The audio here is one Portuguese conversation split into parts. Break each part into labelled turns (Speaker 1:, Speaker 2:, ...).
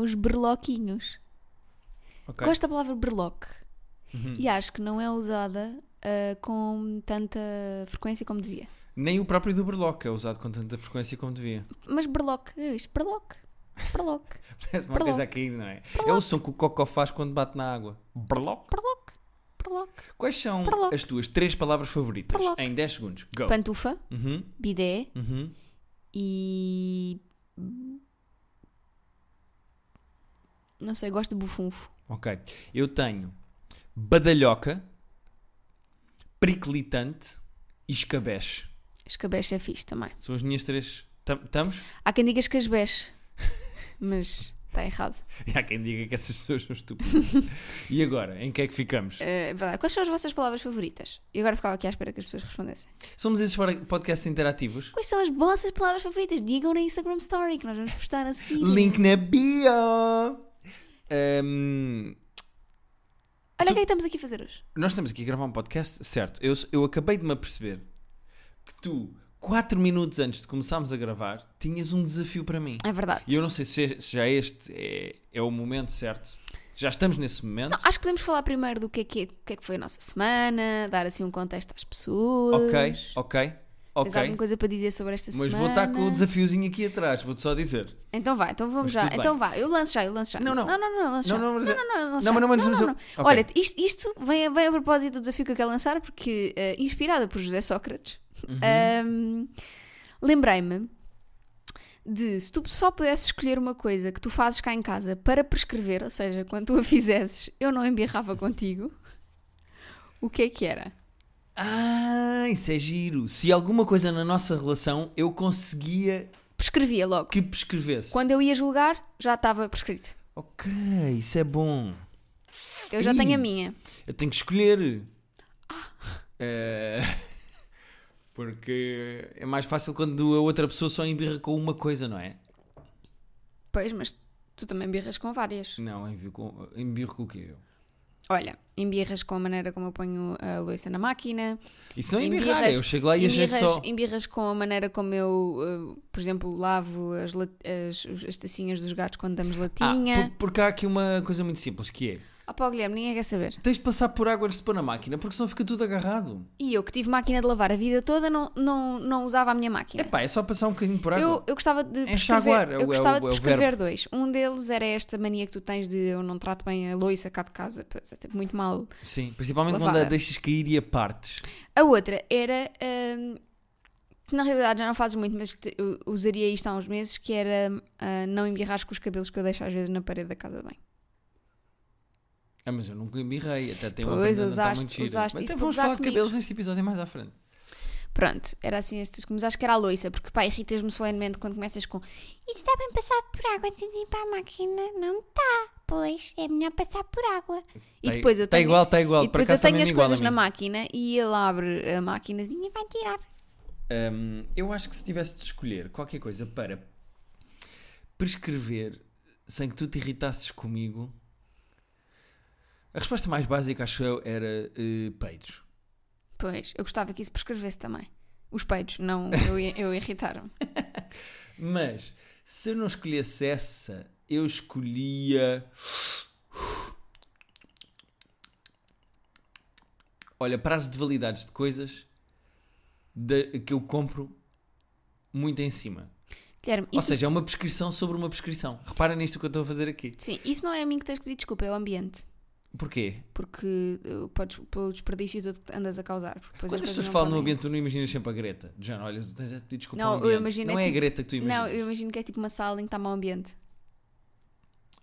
Speaker 1: os berloquinhos.
Speaker 2: Ok.
Speaker 1: Gosto da palavra berloque e acho que não é usada ah, com tanta frequência como devia.
Speaker 2: Nem o próprio do Berloque é usado com tanta frequência como devia.
Speaker 1: Mas berloque, eu disse berloque, berloque,
Speaker 2: Parece uma coisa a cair, não é? É o som que o cocó faz quando bate na água. Berloque.
Speaker 1: berloque, berloque.
Speaker 2: Quais são
Speaker 1: Berloque.
Speaker 2: as tuas três palavras favoritas?
Speaker 1: Berloque.
Speaker 2: Em 10 segundos. Go.
Speaker 1: Pantufa,
Speaker 2: Uhum,
Speaker 1: bidé
Speaker 2: uhum.
Speaker 1: e. Não sei, gosto de bufunfo.
Speaker 2: Ok. Eu tenho badalhoca, periclitante e escabeche.
Speaker 1: Escabeche é fixe também.
Speaker 2: São as minhas três. Estamos?
Speaker 1: Há quem diga escasbeche, mas está errado.
Speaker 2: E há quem diga que essas pessoas são estúpidas. e agora? Em que é que ficamos?
Speaker 1: Eh, vá lá, quais são as vossas palavras favoritas? E agora ficava aqui à espera que as pessoas respondessem.
Speaker 2: Somos esses podcasts interativos?
Speaker 1: Quais são as vossas palavras favoritas? Digam na Instagram Story que nós vamos postar a seguir.
Speaker 2: Link na bio! Ahm,
Speaker 1: Olha o que é que estamos aqui a fazer hoje.
Speaker 2: nós estamos aqui a gravar um podcast, certo? Eu, eu acabei de me aperceber que tu, 4 minutos antes de começarmos a gravar, tinhas um desafio para mim.
Speaker 1: É verdade.
Speaker 2: E eu não sei se, é- se já este é, é o momento certo. Já estamos nesse momento.
Speaker 1: Acho que podemos falar primeiro do que é que, é- o que é que foi a nossa semana, dar assim um contexto às pessoas.
Speaker 2: ok, ok,
Speaker 1: Tens alguma
Speaker 2: ok.
Speaker 1: coisa para dizer sobre esta
Speaker 2: Mas
Speaker 1: semana?
Speaker 2: vou estar com o desafiozinho aqui atrás, vou-te só dizer.
Speaker 1: Então vai, então vamos
Speaker 2: Mas
Speaker 1: já.
Speaker 2: tudo bem.
Speaker 1: Então vá, eu lanço já, eu lanço já.
Speaker 2: Não, não.
Speaker 1: Não, não, não, lanço
Speaker 2: Não,
Speaker 1: já.
Speaker 2: não, mas-
Speaker 1: não, não, lanço
Speaker 2: não,
Speaker 1: já.
Speaker 2: mas não, mas
Speaker 1: não,
Speaker 2: vamos-
Speaker 1: não, não.
Speaker 2: ok.
Speaker 1: Olha, isto, isto vem, a- vem a propósito do desafio que eu quero lançar, porque eh, inspirada por José Sócrates,
Speaker 2: Uhum.
Speaker 1: ahm, lembrei-me de se tu só pudesses escolher uma coisa que tu fazes cá em casa para prescrever, ou seja, quando tu a fizesses, eu não embirrava contigo, o que é que era?
Speaker 2: Ah, isso é giro. Se alguma coisa na nossa relação eu conseguia
Speaker 1: Prescrevia logo.
Speaker 2: que prescrevesse.
Speaker 1: Quando eu ia julgar, já estava prescrito.
Speaker 2: Ok, isso é bom.
Speaker 1: Eu já
Speaker 2: Ih.
Speaker 1: tenho a minha.
Speaker 2: Eu tenho que escolher.
Speaker 1: Ah.
Speaker 2: Eh, Porque é mais fácil quando a outra pessoa só embirra com uma coisa, não é?
Speaker 1: Pois, mas tu também birras com várias.
Speaker 2: Não, embirro com, embirro com o quê? eu?
Speaker 1: Olha, embirras com a maneira como eu ponho a louça na máquina.
Speaker 2: Isso não é embirrar, eu chego lá e achei
Speaker 1: embirras,
Speaker 2: só.
Speaker 1: embirras com a maneira como eu, uh, por exemplo, lavo as, la- as, os- as tacinhas dos gatos quando damos
Speaker 2: Ah,
Speaker 1: latinha.
Speaker 2: por- porque há aqui uma coisa muito simples que é:
Speaker 1: Ah, pá, Guilherme, ninguém quer saber.
Speaker 2: tens de passar por água antes de pôr na máquina, porque senão fica tudo agarrado.
Speaker 1: E eu que tive máquina de lavar a vida toda, não, não, não usava a minha máquina.
Speaker 2: Epá, é só passar um bocadinho por água.
Speaker 1: Eu, eu gostava de
Speaker 2: enxaguar,
Speaker 1: prescrever,
Speaker 2: é o- é
Speaker 1: eu
Speaker 2: o-
Speaker 1: gostava
Speaker 2: é o
Speaker 1: de prescrever dois. Um deles era esta mania que tu tens de eu não trato bem a louça cá de casa, portanto, é sempre muito mal
Speaker 2: Sim, principalmente quando
Speaker 1: Lavada.
Speaker 2: a deixas cair e a partes.
Speaker 1: A outra era. hum, que na realidade já não fazes muito, mas te- eu usaria isto há uns meses, que era hum, não embirrar com os cabelos que eu deixo às vezes na parede da casa de banho.
Speaker 2: Ah, mas eu nunca embirrei, até tem uma
Speaker 1: Pois,
Speaker 2: prenda de Natal
Speaker 1: usaste-
Speaker 2: tá muito gira.
Speaker 1: usaste
Speaker 2: Mas
Speaker 1: isso
Speaker 2: até
Speaker 1: para
Speaker 2: vamos
Speaker 1: gozar
Speaker 2: falar de
Speaker 1: comigo.
Speaker 2: cabelos neste episódio é mais à frente.
Speaker 1: Pronto, era assim estas coisas. Acho que era a loiça, porque pá, irritas-me solenemente quando começas com
Speaker 3: Isto está bem passado por água antes de ir para a máquina? Não
Speaker 1: tá,
Speaker 3: está. Pois, é melhor passar por água.
Speaker 1: e
Speaker 2: Tá i-
Speaker 1: depois eu
Speaker 2: tá
Speaker 1: tenho,
Speaker 2: igual, tá igual.
Speaker 1: e
Speaker 2: Por
Speaker 1: depois eu
Speaker 2: acaso
Speaker 1: tenho
Speaker 2: também
Speaker 1: as
Speaker 2: é igual a
Speaker 1: coisas na
Speaker 2: mim.
Speaker 1: máquina e ele abre a maquinazinha e vai tirar.
Speaker 2: Hum, eu acho que se tivesse de escolher qualquer coisa para prescrever sem que tu te irritasses comigo, a resposta mais básica, acho eu, era eh, peidos.
Speaker 1: Pois, eu gostava que isso prescrevesse também. Os peitos, não, eu, ia- eu irritar-me.
Speaker 2: Mas se eu não escolhesse essa, eu escolhia. Olha, prazo de validades de coisas de- que eu compro muito em cima.
Speaker 1: Guilherme,
Speaker 2: Ou
Speaker 1: isso,
Speaker 2: seja, é uma prescrição sobre uma prescrição. Repara nisto que eu estou a fazer aqui.
Speaker 1: sim, isso não é a mim que tens que pedir desculpa, é o ambiente.
Speaker 2: Porquê?
Speaker 1: é, porque uh, podes, pelo desperdício todo que andas a causar. porque depois
Speaker 2: Quando as
Speaker 1: coisas
Speaker 2: pessoas
Speaker 1: é, não
Speaker 2: falam no
Speaker 1: podem-
Speaker 2: ambiente, tu não imaginas sempre a Greta. Do género, olha, tu tens a pedir desculpa
Speaker 1: Não,
Speaker 2: ao
Speaker 1: eu
Speaker 2: ambiente.
Speaker 1: imagino
Speaker 2: não
Speaker 1: é
Speaker 2: é a
Speaker 1: tipo-
Speaker 2: Greta que tu imaginas.
Speaker 1: Não, eu imagino que é tipo uma sala em que está mau ambiente.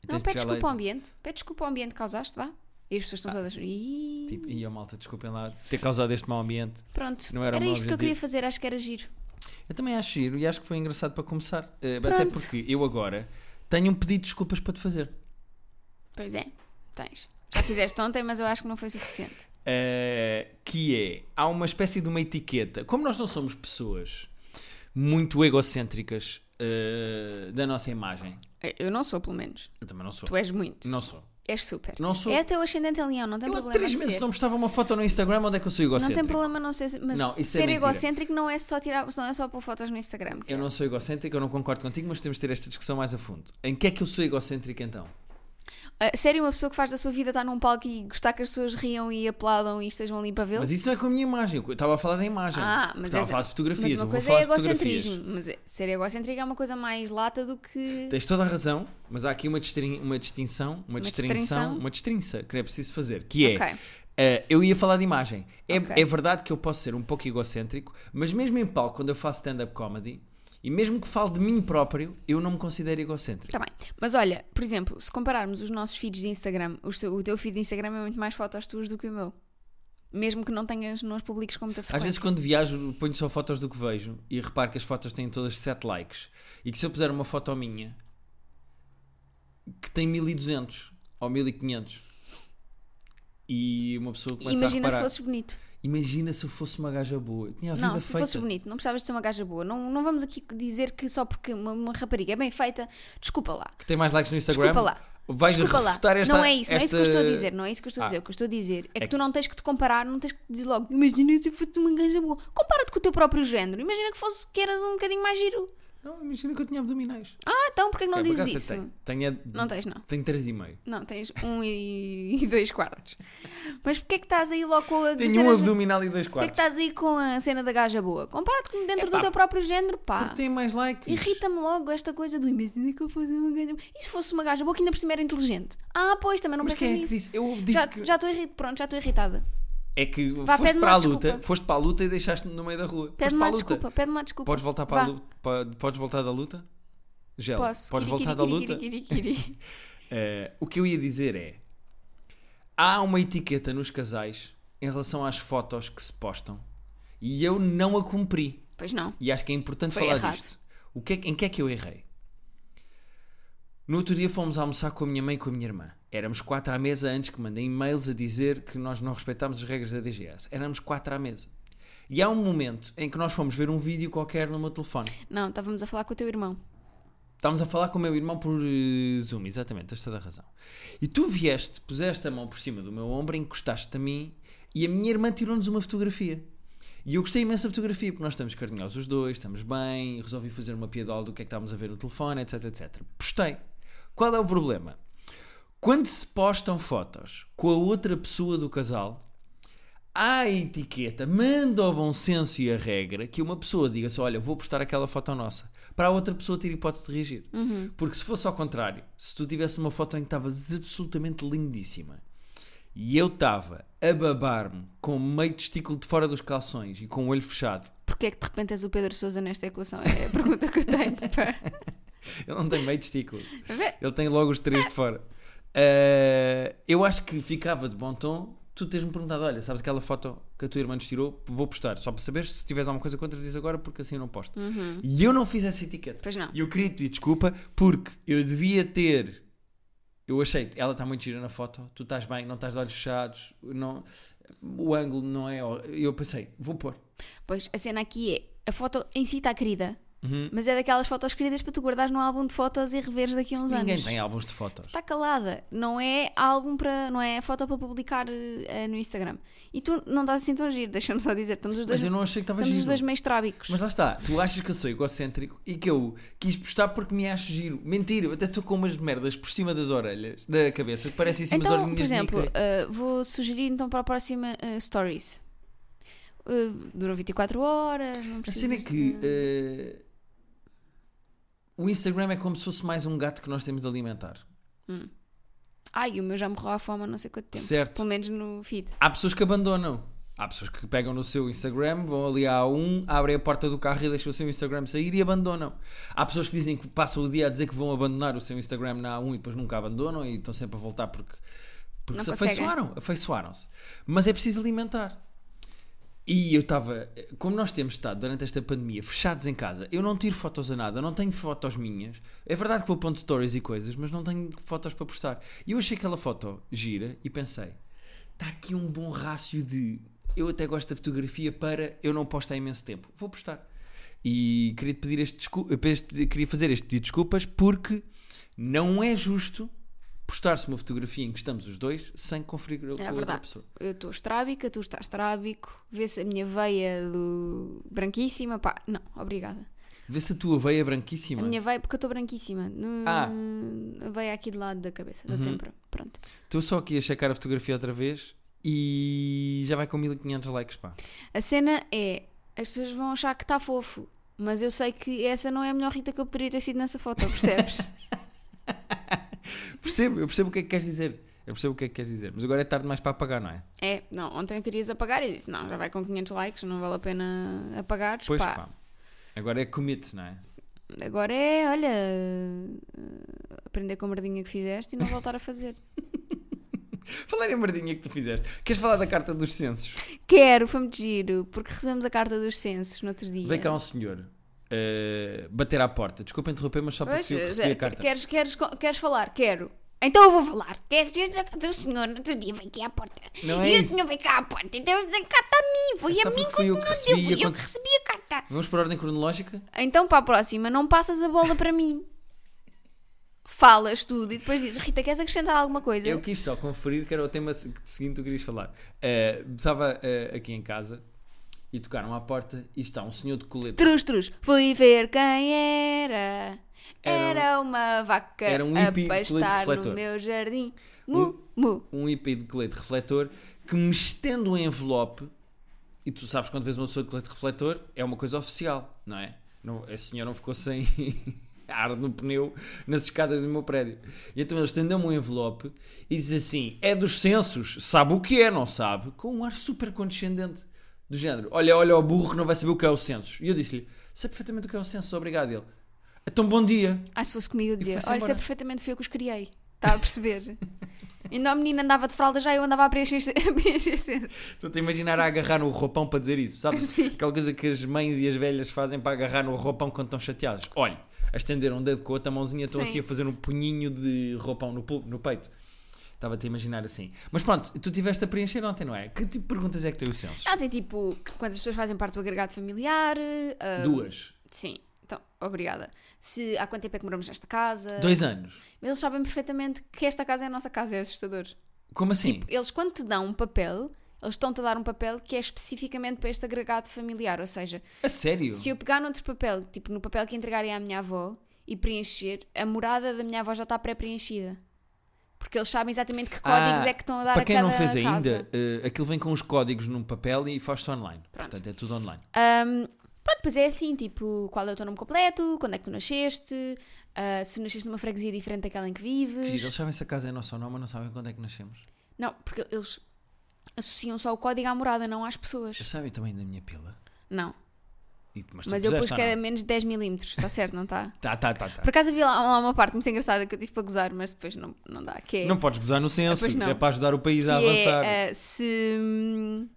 Speaker 2: E
Speaker 1: não,
Speaker 2: tens de
Speaker 1: pede
Speaker 2: chegar lá
Speaker 1: desculpa ao
Speaker 2: e dizer,
Speaker 1: ambiente. Pede desculpa ao ambiente que causaste, vá. E as pessoas estão
Speaker 2: Ah,
Speaker 1: todas. "Ih".
Speaker 2: Tipo, e a malta, desculpem lá ter causado este mau ambiente.
Speaker 1: Pronto,
Speaker 2: não
Speaker 1: era,
Speaker 2: era o meu
Speaker 1: isto que eu
Speaker 2: objetivo.
Speaker 1: queria fazer, acho que era giro.
Speaker 2: Eu também acho giro e acho que foi engraçado para começar. Eh, até
Speaker 1: Pronto.
Speaker 2: porque eu agora tenho um pedido de desculpas para te fazer.
Speaker 1: Pois é, tens. Já fizeste ontem, mas eu acho que não foi suficiente.
Speaker 2: Eh, que é, há uma espécie de uma etiqueta. Como nós não somos pessoas muito egocêntricas eh, da nossa imagem,
Speaker 1: Eu não sou, pelo menos.
Speaker 2: eu também não sou.
Speaker 1: Tu és muito.
Speaker 2: Não sou.
Speaker 1: És super.
Speaker 2: Não sou.
Speaker 1: É teu ascendente em leão, não tem
Speaker 2: eu há
Speaker 1: problema.
Speaker 2: três
Speaker 1: ser.
Speaker 2: meses não postava uma foto no Instagram onde é que eu sou
Speaker 1: Não
Speaker 2: egocêntrico.
Speaker 1: tem problema não ser, mas
Speaker 2: Não, isso é
Speaker 1: ser
Speaker 2: mentira.
Speaker 1: egocêntrico não é só tirar, não é só pôr fotos no Instagram.
Speaker 2: Eu não sou egocêntrico, eu não concordo contigo, mas temos de ter esta discussão mais a fundo. Em que é que eu sou egocêntrico então?
Speaker 1: Ah, sério, uma pessoa que faz da sua vida estar num palco e gostar que as pessoas riam e aplaudam e estejam ali para vê-lo.
Speaker 2: Mas isso não é com a minha imagem, eu estava a falar da imagem.
Speaker 1: Ah, mas
Speaker 2: estava
Speaker 1: essa-
Speaker 2: a falar de fotografias,
Speaker 1: mas uma
Speaker 2: não
Speaker 1: coisa
Speaker 2: vou falar
Speaker 1: é
Speaker 2: de fotografias.
Speaker 1: egocentrismo, mas é- ser egocêntrico é uma coisa mais lata do que
Speaker 2: Tens toda a razão, mas há aqui uma, distrin- uma distinção, uma, distinção,
Speaker 1: destrinção?
Speaker 2: uma destrinça que é preciso fazer, que é,
Speaker 1: Ok.
Speaker 2: eh, eu ia falar de imagem. É,
Speaker 1: Ok.
Speaker 2: é verdade que eu posso ser um pouco egocêntrico, mas mesmo em palco, quando eu faço stand-up comedy, e mesmo que falo de mim próprio, eu não me considero egocêntrico.
Speaker 1: Tá bem. Mas olha, por exemplo, se compararmos os nossos feeds de Instagram, o, seu- o teu feed de Instagram é muito mais fotos tuas do que o meu. Mesmo que não tenhas, não os publiques com muita
Speaker 2: Às
Speaker 1: frequência.
Speaker 2: vezes quando viajo ponho só fotos do que vejo e reparo que as fotos têm todas 7 likes e que se eu puser uma foto minha que tem 1200 ou 1500 e uma pessoa começa
Speaker 1: Imagina
Speaker 2: a
Speaker 1: se
Speaker 2: reparar
Speaker 1: fosses bonito.
Speaker 2: imagina se eu fosse uma gaja boa eu tinha a vida é
Speaker 1: não, se
Speaker 2: feita
Speaker 1: fosses bonito, não precisavas de ser uma gaja boa. Não, não vamos aqui dizer que só porque uma, uma rapariga é bem feita, desculpa lá.
Speaker 2: que tem mais likes no Instagram
Speaker 1: Desculpa lá.
Speaker 2: vais
Speaker 1: Desculpa lá.
Speaker 2: refutar esta
Speaker 1: não é isso, não é isso que eu
Speaker 2: esta-
Speaker 1: estou a dizer. Não é isso que eu estou a
Speaker 2: Ah.
Speaker 1: dizer. O que eu estou a dizer é que
Speaker 2: É
Speaker 1: tu não tens que te comparar, não tens que dizer logo, imagina se eu fosse uma gaja boa. Compara-te com o teu próprio género. Imagina que fosse que eras um bocadinho mais giro.
Speaker 2: não, imagina que eu tinha abdominais
Speaker 1: Ah, então porquê que não
Speaker 2: É, por
Speaker 1: dizes
Speaker 2: acaso eu
Speaker 1: isso?
Speaker 2: tenho, tenho,
Speaker 1: Não tens, não.
Speaker 2: tenho 3,5
Speaker 1: Não, tens um e e dois quartos. Mas porquê é que estás aí logo com a
Speaker 2: tenho
Speaker 1: cena
Speaker 2: um
Speaker 1: da-
Speaker 2: abdominal e dois
Speaker 1: Porquê é que
Speaker 2: quartos
Speaker 1: estás aí com a cena da gaja boa? Compara-te com dentro
Speaker 2: Epá,
Speaker 1: do teu próprio género, pá.
Speaker 2: porque tem mais likes
Speaker 1: Irrita-me logo esta coisa do imagina que eu fosse uma gaja boa. E se fosse uma gaja boa que ainda por cima era inteligente? Ah, pois, também não
Speaker 2: mas
Speaker 1: pensei
Speaker 2: quem é que
Speaker 1: nisso.
Speaker 2: disse? Eu disse
Speaker 1: Já
Speaker 2: que...
Speaker 1: já estou irritada. Pronto, já estou irritada.
Speaker 2: É que
Speaker 1: Vá,
Speaker 2: foste
Speaker 1: pede-me
Speaker 2: para a
Speaker 1: uma
Speaker 2: luta,
Speaker 1: desculpa.
Speaker 2: foste para a luta e deixaste-me no meio da rua. foste
Speaker 1: Pede-me
Speaker 2: para a
Speaker 1: uma
Speaker 2: luta.
Speaker 1: desculpa, pede-me uma desculpa.
Speaker 2: Podes voltar para a
Speaker 1: Vá.
Speaker 2: luta? po- Podes voltar da luta? Gel.
Speaker 1: Posso.
Speaker 2: Podes
Speaker 1: Kiri,
Speaker 2: voltar
Speaker 1: kiri,
Speaker 2: da
Speaker 1: kiri,
Speaker 2: luta?
Speaker 1: kiri, kiri, kiri.
Speaker 2: Eh, o que eu ia dizer é: há uma etiqueta nos casais em relação às fotos que se postam e eu não a cumpri.
Speaker 1: Pois não.
Speaker 2: E acho que é importante
Speaker 1: Foi
Speaker 2: falar
Speaker 1: errado.
Speaker 2: disto. O que é que- em que é que eu errei? No outro dia fomos almoçar com a minha mãe e com a minha irmã. Éramos quatro à mesa antes que mandem e-mails a dizer que nós não respeitámos as regras da DGS. Éramos quatro à mesa. E há um momento em que nós fomos ver um vídeo qualquer no meu telefone.
Speaker 1: Não, estávamos a falar com o teu irmão.
Speaker 2: Estávamos a falar com o meu irmão por eh, Zoom, exatamente, tens toda a razão. E tu vieste, puseste a mão por cima do meu ombro, encostaste-te a mim e a minha irmã tirou-nos uma fotografia. E eu gostei imenso da fotografia, porque nós estamos carinhosos os dois, estamos bem, resolvi fazer uma piadola do que é que estávamos a ver no telefone, etc, etc. Postei. Qual é o problema? Quando se postam fotos com a outra pessoa do casal, há a etiqueta, manda o bom senso e a regra que uma pessoa diga só: Olha, vou postar aquela foto nossa, para a outra pessoa ter hipótese de reagir. Porque se fosse ao contrário, se tu tivesse uma foto em que estavas absolutamente lindíssima e eu estava a babar-me com meio testículo de fora dos calções e com o olho fechado,
Speaker 1: Porquê é que de repente és o Pedro Sousa nesta equação? É a pergunta que eu tenho. pá.
Speaker 2: eu não tenho meio testículo.
Speaker 1: A ver?
Speaker 2: Ele tem logo os três de fora. Eh, eu acho que ficava de bom tom tu teres-me perguntado: olha, sabes aquela foto que a tua irmã nos tirou? Vou postar. Só para saber se tiveres alguma coisa contra, diz agora, porque assim eu não posto.
Speaker 1: Uhum.
Speaker 2: E eu não fiz essa etiqueta.
Speaker 1: Pois não.
Speaker 2: E eu queria pedir desculpa porque eu devia ter. Eu achei, ela está muito gira na foto, tu estás bem, não estás de olhos fechados, não, o ângulo não é. hor- Eu pensei, vou pôr.
Speaker 1: Pois a cena aqui é: a foto em si está querida,
Speaker 2: Uhum.
Speaker 1: mas é daquelas fotos queridas para tu guardares num álbum de fotos e reveres daqui a uns
Speaker 2: Ninguém
Speaker 1: anos.
Speaker 2: tem álbuns de fotos.
Speaker 1: Está calada, não é álbum para. não é foto para publicar eh, no Instagram. E tu não estás assim tão giro, deixa-me só dizer, estamos os dois,
Speaker 2: Mas eu não achei que estava
Speaker 1: estamos os
Speaker 2: giro.
Speaker 1: dois meio estrábicos.
Speaker 2: Mas lá está, tu achas que eu sou egocêntrico e que eu quis postar porque me acho giro. Mentira, eu até estou com umas merdas por cima das orelhas, da cabeça, que parecem assim umas
Speaker 1: Então,
Speaker 2: orelhinhas
Speaker 1: por exemplo,
Speaker 2: de Mickey.
Speaker 1: eh, vou sugerir então para a próxima eh, Stories. Eh, duram 24 horas, não
Speaker 2: A cena é
Speaker 1: precisas
Speaker 2: que
Speaker 1: de-
Speaker 2: eh, o Instagram é como se fosse mais um gato que nós temos de alimentar.
Speaker 1: Ai, o meu já morreu à fome há não sei quanto tempo.
Speaker 2: Certo.
Speaker 1: Pelo menos no feed.
Speaker 2: Há pessoas que abandonam. Há pessoas que pegam no seu Instagram, vão ali à um, abrem a porta do carro e deixam o seu Instagram sair e abandonam. Há pessoas que dizem que passam o dia a dizer que vão abandonar o seu Instagram na A1 e depois nunca abandonam e estão sempre a voltar porque, porque
Speaker 1: Não
Speaker 2: se
Speaker 1: conseguem.
Speaker 2: afeiçoaram, afeiçoaram-se. Mas é preciso alimentar. E eu estava, como nós temos estado durante esta pandemia fechados em casa, eu não tiro fotos a nada, não tenho fotos minhas. É verdade que vou pondo stories e coisas, mas não tenho fotos para postar. E eu achei aquela foto gira e pensei: está aqui um bom rácio de eu até gosto da fotografia para eu não posto há imenso tempo. Vou postar. E queria, -te pedir este descul- eh, este- queria fazer este pedido de desculpas porque não é justo postar-se uma fotografia em que estamos os dois sem conferir com a outra
Speaker 1: É verdade.
Speaker 2: pessoa.
Speaker 1: Eu estou estrábica, tu estás estrábico, vê-se a minha veia do... branquíssima, pá, não, obrigada.
Speaker 2: Vê se a tua veia branquíssima. é?
Speaker 1: A minha veia, porque eu estou branquíssima, no...
Speaker 2: Ah.
Speaker 1: a veia aqui do lado da cabeça, da
Speaker 2: Uhum.
Speaker 1: têmpora, pronto.
Speaker 2: Estou só aqui a checar a fotografia outra vez e já vai com 1500 likes, pá.
Speaker 1: A cena é, as pessoas vão achar que está fofo, mas eu sei que essa não é a melhor Rita que eu poderia ter sido nessa foto, percebes?
Speaker 2: Percebo, eu percebo o que é que queres dizer. Eu percebo o que é que queres dizer. Mas agora é tarde demais para apagar, não é?
Speaker 1: é, não, ontem querias apagar e disse, não, já vai com 500 likes, não vale a pena apagar,
Speaker 2: Pois pá. Agora é commit, não é?
Speaker 1: Agora é, olha, eh, aprender com a merdinha que fizeste e não voltar a fazer.
Speaker 2: Falar em merdinha que tu fizeste. Queres falar da carta dos censos?
Speaker 1: Quero, foi-me de giro, porque recebemos a carta dos censos no outro dia.
Speaker 2: Veio cá um senhor eh, bater à porta. Desculpa interromper, mas só
Speaker 1: Pois, eh,
Speaker 2: porque eu recebi a carta.
Speaker 1: queres, queres, queres falar? Quero. Então eu vou falar.
Speaker 3: Queres dizer que o senhor no outro dia veio aqui à porta?
Speaker 2: Não é
Speaker 3: e o
Speaker 2: isso. É
Speaker 3: senhor veio cá à porta. Então a carta a mim. Foi
Speaker 2: Só
Speaker 3: a mim
Speaker 2: porque
Speaker 3: que
Speaker 2: fui
Speaker 3: o
Speaker 2: eu que
Speaker 3: senhor
Speaker 2: recebi
Speaker 3: deu.
Speaker 2: e
Speaker 3: Foi eu que
Speaker 2: aconteceu.
Speaker 3: recebi a carta.
Speaker 2: Vamos por ordem cronológica?
Speaker 1: Então para a próxima, não passas a bola para mim. Falas tudo e depois dizes, Rita, queres acrescentar alguma coisa?
Speaker 2: Eu quis só conferir que era o tema se- que- seguinte que tu querias falar. Eh, estava eh, aqui em casa e tocaram à porta e está um senhor de colete.
Speaker 1: Trus, trus, fui ver quem era.
Speaker 2: Era um-
Speaker 1: Era uma vaca
Speaker 2: era um
Speaker 1: a
Speaker 2: hippie de colete
Speaker 1: pastar no
Speaker 2: refletor.
Speaker 1: meu jardim. Mu, mu.
Speaker 2: Um IP de colete refletor que me estende um envelope. E tu sabes quando vês uma pessoa de colete refletor é uma coisa oficial, não é? Não, a senhora não ficou sem ar no pneu nas escadas do meu prédio. E então ele estendeu-me um envelope e diz assim: é dos censos, sabe o que é, não sabe? Com um ar super condescendente. Do género, olha, olha o burro que não vai saber o que é o censos. E eu disse-lhe, sei perfeitamente o que é o censos, obrigado. E ele, então bom dia.
Speaker 1: Ah, se fosse comigo, eu dizia:
Speaker 2: foi-se
Speaker 1: Olha, isso é
Speaker 2: embora.
Speaker 1: perfeitamente fui eu que os criei. Está a perceber? Ainda a menina andava de fralda já, eu andava a preencher, a preencher censos.
Speaker 2: Estou-te a imaginar a agarrar no roupão para dizer isso, sabes?
Speaker 1: Sim.
Speaker 2: Aquela coisa que as mães e as velhas fazem para agarrar no roupão quando estão chateadas. Olha, a estender um dedo com a outra mãozinha, estão
Speaker 1: Sim.
Speaker 2: assim a fazer um punhinho de roupão no, pul- no peito. Estava-te a imaginar assim. Mas pronto, tu tiveste a preencher ontem, não é? Que tipo de perguntas é que tem o censo?
Speaker 1: Ah, tem tipo: quantas pessoas fazem parte do agregado familiar? ah,
Speaker 2: Duas.
Speaker 1: Sim, então, obrigada. Se há quanto tempo é que moramos nesta casa?
Speaker 2: Dois anos.
Speaker 1: Mas eles sabem perfeitamente que esta casa é a nossa casa, é assustador.
Speaker 2: Como assim?
Speaker 1: Eles, quando te dão um papel, eles estão-te a dar um papel que é especificamente para este agregado familiar. Ou seja,
Speaker 2: a sério?
Speaker 1: se eu pegar noutro papel, tipo no papel que entregarem à minha avó e preencher, a morada da minha avó já está pré-preenchida. Porque eles sabem exatamente que códigos
Speaker 2: Ah,
Speaker 1: é que estão a dar
Speaker 2: para
Speaker 1: a
Speaker 2: quem
Speaker 1: cada
Speaker 2: não fez
Speaker 1: casa.
Speaker 2: ainda, eh, aquilo vem com os códigos num papel e faz-se online.
Speaker 1: Pronto.
Speaker 2: Portanto, é tudo online.
Speaker 1: Ahm, pronto, pois é assim, tipo, qual é o teu nome completo, quando é que tu nasceste, ah, se nasceste numa freguesia diferente daquela em que
Speaker 2: Que
Speaker 1: vives.
Speaker 2: giro, eles sabem se a casa é nossa ou não, mas não sabem quando é que nascemos.
Speaker 1: Não, porque eles associam só o código à morada, não às pessoas.
Speaker 2: Eles sabem também da minha pila.
Speaker 1: Não,
Speaker 2: E- mas tu
Speaker 1: mas eu
Speaker 2: puseste
Speaker 1: pus
Speaker 2: ou
Speaker 1: que era
Speaker 2: não?
Speaker 1: menos de 10 milímetros, está certo, não está?
Speaker 2: Tá, tá, tá, tá.
Speaker 1: Por acaso havia lá, lá uma parte muito engraçada que eu tive para gozar, mas depois não, não dá, que é...
Speaker 2: Não podes gozar no
Speaker 1: Ah,
Speaker 2: censo,
Speaker 1: pois não.
Speaker 2: é para ajudar o país
Speaker 1: que
Speaker 2: a avançar.
Speaker 1: É, ah, se. hum,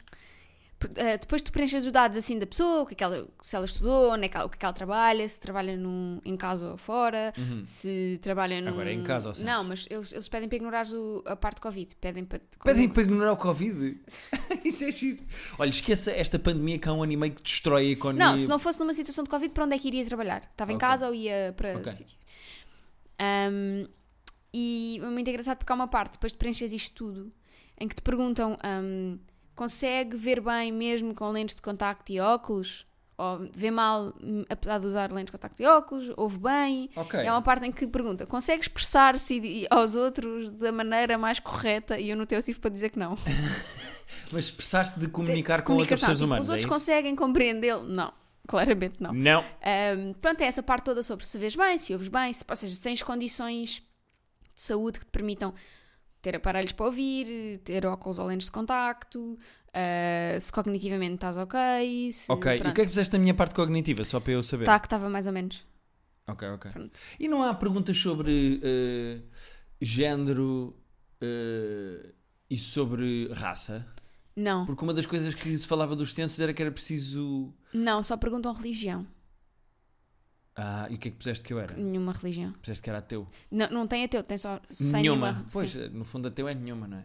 Speaker 1: por- ah, depois tu preenches os dados assim da pessoa, o que é que ela, se ela estudou, onde é que ela, o que é que ela trabalha, se trabalha num, em casa ou fora, se trabalha num...
Speaker 2: Uhum. Agora é em casa, ao censo.
Speaker 1: Não, mas eles, eles pedem para ignorares o- a parte de Covid. Pedem para...
Speaker 2: Pedem para ignorar o Covid? Isso é giro. Olha, esqueça esta pandemia que há um ano e meio que destrói a economia.
Speaker 1: Não, se não fosse numa situação de Covid, para onde é que iria trabalhar? Estava em
Speaker 2: Ok.
Speaker 1: casa ou ia para
Speaker 2: Ok.
Speaker 1: sítio? Ahm, e é muito engraçado porque há uma parte, depois de preenches isto tudo, em que te perguntam: ahm, consegue ver bem mesmo com lentes de contacto e óculos? Ou vê mal, hum, apesar de usar lentes de contacto e óculos? Ouve bem?
Speaker 2: Ok.
Speaker 1: É uma parte em que pergunta: consegue expressar-se e- aos outros da maneira mais correta? E eu no teu tive para dizer que não.
Speaker 2: Mas expressar-se de comunicar
Speaker 1: De
Speaker 2: com outros
Speaker 1: comunicação,
Speaker 2: seres
Speaker 1: tipo,
Speaker 2: humanos,
Speaker 1: Os outros
Speaker 2: é isso?
Speaker 1: conseguem compreendê-lo? Não, claramente não.
Speaker 2: Não.
Speaker 1: Um, pronto, é essa parte toda sobre se vês bem, se ouves bem, se, ou seja, se tens condições de saúde que te permitam ter aparelhos para ouvir, ter óculos ou lentes de contacto, uh, se cognitivamente estás ok, se...
Speaker 2: Ok, e o que é que fizeste na minha parte cognitiva, só para eu saber?
Speaker 1: Tá, que estava mais ou menos.
Speaker 2: Ok, ok.
Speaker 1: Pronto.
Speaker 2: E não há perguntas sobre eh, género eh, e sobre raça?
Speaker 1: Não,
Speaker 2: Porque uma das coisas que se falava dos censos era que era preciso...
Speaker 1: não, só perguntam religião.
Speaker 2: Ah, e o que é que puseste que eu era?
Speaker 1: Nenhuma religião.
Speaker 2: Puseste que era ateu.
Speaker 1: Não, não tem ateu, tem só sem
Speaker 2: Nenhuma.
Speaker 1: nenhuma.
Speaker 2: Pois,
Speaker 1: sim.
Speaker 2: no fundo ateu é nenhuma, não é?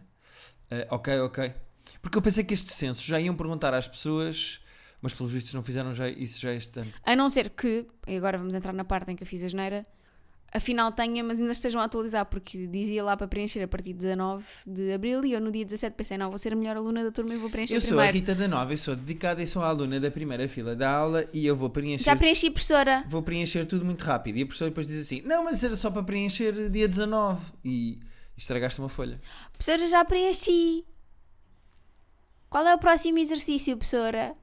Speaker 2: Eh, ok, ok. Porque eu pensei que este censo já iam perguntar às pessoas, mas pelos vistos não fizeram já isso já este ano.
Speaker 1: A não ser que, e agora vamos entrar na parte em que eu fiz a geneira, afinal tenha, mas ainda estejam a atualizar, porque dizia lá para preencher a partir de 19 de abril e eu no dia 17 pensei, não, vou ser a melhor aluna da turma e vou preencher
Speaker 2: Eu sou a
Speaker 1: primeiro.
Speaker 2: Rita da Nova, eu sou dedicada e sou a aluna da primeira fila da aula e eu vou preencher,
Speaker 1: Já preenchi, professora.
Speaker 2: vou preencher tudo muito rápido. E a professora depois diz assim: Não, mas era só para preencher dia 19. E estragaste uma folha.
Speaker 1: Professora, já preenchi. Qual é o próximo exercício, professora?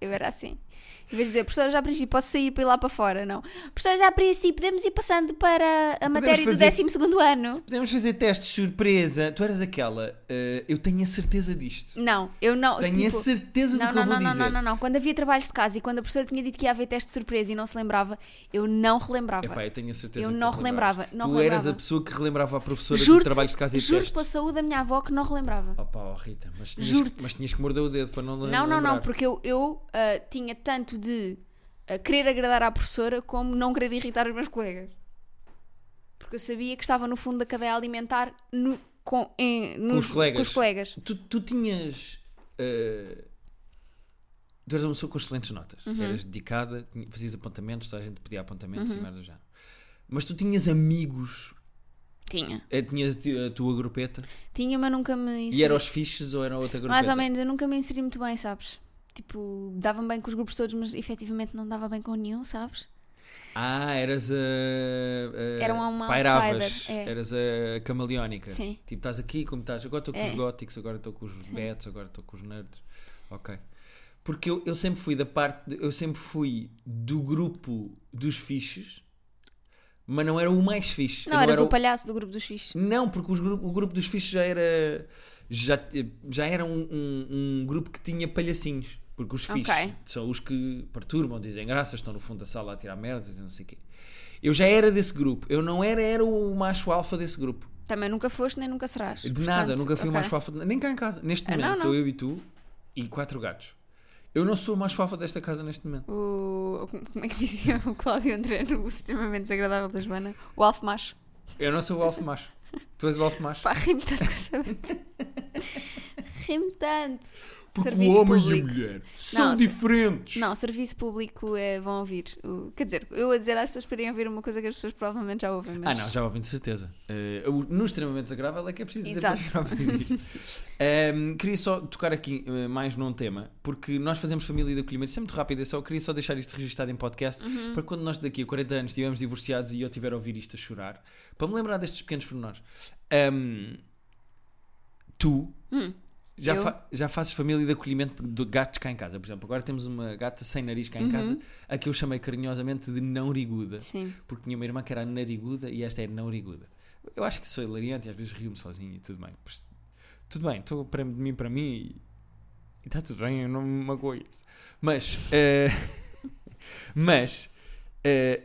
Speaker 1: Eu era assim. Em vez de dizer, professora, já preenchi, posso sair para ir lá para fora, não. Professora, já preenchi, podemos ir passando para a matéria do
Speaker 2: fazer-
Speaker 1: 12 segundo ano?
Speaker 2: Podemos fazer testes de surpresa. Tu eras aquela, "Ah, eu tenho a certeza disto.
Speaker 1: Não, eu não.
Speaker 2: Tenho
Speaker 1: tipo,
Speaker 2: a certeza do
Speaker 1: não,
Speaker 2: que
Speaker 1: não,
Speaker 2: eu vou
Speaker 1: não, não,
Speaker 2: dizer.
Speaker 1: não, não, não. Quando havia trabalhos de casa e quando a professora tinha dito que ia haver teste de surpresa e não se lembrava, eu não relembrava.
Speaker 2: Epá, eu tenho a certeza
Speaker 1: Eu
Speaker 2: que tu
Speaker 1: não
Speaker 2: te
Speaker 1: relembrava, não
Speaker 2: lembravas. tu eras a
Speaker 1: relembrava.
Speaker 2: pessoa que relembrava a professora do
Speaker 1: Juro-te-
Speaker 2: trabalho de casa e
Speaker 1: Juro
Speaker 2: testes.
Speaker 1: pela saúde da minha avó que não relembrava.
Speaker 2: Opa, oh, Rita, mas tinhas,
Speaker 1: Juro-te.
Speaker 2: mas tinhas que morder o dedo para não lembrar.
Speaker 1: Não, não, não, porque eu, eu ah, tinha tanto de ah, querer agradar à professora como não querer irritar os meus colegas. Porque eu sabia que estava no fundo da cadeia alimentar no- com, em- nos,
Speaker 2: os colegas.
Speaker 1: com os colegas.
Speaker 2: Tu, tu tinhas. eh, tu eras uma pessoa com excelentes notas.
Speaker 1: Uhum.
Speaker 2: Eras dedicada, tinha- fazias apontamentos, toda a gente pedia apontamentos
Speaker 1: Uhum.
Speaker 2: e merda do género. Mas tu tinhas amigos,
Speaker 1: Tinha.
Speaker 2: eh, tinhas a, ti- a tua grupeta
Speaker 1: Tinha, mas nunca me
Speaker 2: e
Speaker 1: inseri.
Speaker 2: eram os fiches ou era outra grupeta?
Speaker 1: é Mais ou menos, eu nunca me inseri muito bem, sabes? Tipo, dava-me bem com os grupos todos, mas efetivamente não dava bem com nenhum, sabes?
Speaker 2: Ah, eras a. a-
Speaker 1: Era uma- uma
Speaker 2: pairavas,
Speaker 1: outsider, é.
Speaker 2: Eras a camaleónica.
Speaker 1: Sim.
Speaker 2: Tipo, estás aqui, como estás. Agora estou com os
Speaker 1: É.
Speaker 2: góticos, agora estou com os betos, agora estou com os nerds. Ok. Porque eu, eu sempre fui da parte. de- eu sempre fui do grupo dos fixes, mas não era o mais fixe. Eu
Speaker 1: Não, eras
Speaker 2: era
Speaker 1: o palhaço do grupo dos fichos.
Speaker 2: Não, porque os gru- o grupo dos fixes já era. Já, já era um, um- um grupo que tinha palhacinhos. Porque os fixes
Speaker 1: Ok.
Speaker 2: são os que perturbam, dizem graças, estão no fundo da sala a tirar merdas e não sei o quê. Eu já era desse grupo. Eu não era, era o macho alfa desse grupo.
Speaker 1: Também nunca foste nem nunca serás.
Speaker 2: De nada,
Speaker 1: Portanto,
Speaker 2: nunca fui o
Speaker 1: ok.
Speaker 2: macho alfa. Nem cá em casa. Neste
Speaker 1: Ah, não,
Speaker 2: momento,
Speaker 1: não.
Speaker 2: estou eu e tu e quatro gatos. Eu não sou o macho alfa desta casa neste momento.
Speaker 1: o. Como como é que dizia o Cláudio André no extremamente desagradável da Joana? O Alf Macho.
Speaker 2: Eu não sou o alfa macho. tu és o alfa macho.
Speaker 1: Pá, ri-me tanto com essa merda. Ri-me tanto.
Speaker 2: Porque
Speaker 1: serviço
Speaker 2: o homem
Speaker 1: público.
Speaker 2: e a mulher são
Speaker 1: Não, se-
Speaker 2: diferentes.
Speaker 1: Não, serviço público é, vão ouvir. O- quer dizer, eu a dizer às pessoas para irem ouvir uma coisa que as pessoas provavelmente já ouvem.
Speaker 2: Ah,
Speaker 1: Mas...
Speaker 2: não, já ouvi de certeza. Eh, o- no extremamente desagradável é que é preciso dizer
Speaker 1: Exato.
Speaker 2: para ouvir isto. Ehm, queria só tocar aqui eh, mais num tema, porque nós fazemos família de acolhimento, isto é muito rápido, é só, eu queria só deixar isto registado em podcast,
Speaker 1: Uhum.
Speaker 2: para quando nós daqui a 40 anos estivermos divorciados e eu tiver a ouvir isto a chorar, para me lembrar destes pequenos pormenores. Ehm, tu
Speaker 1: Hum,
Speaker 2: já,
Speaker 1: eu?
Speaker 2: fa- já fazes família de acolhimento de gatos cá em casa, por exemplo. Agora temos uma gata sem nariz cá em
Speaker 1: Uhum.
Speaker 2: casa, a que eu chamei carinhosamente de não riguda
Speaker 1: Sim.
Speaker 2: porque tinha uma irmã que era nariguda e esta é nariguda. Eu acho que sou hilariante e às vezes rio-me sozinho e tudo bem. Pois- tudo bem, estou para de mim para mim e- e está tudo bem, eu não me magoio. isso. Mas, eh, mas eh,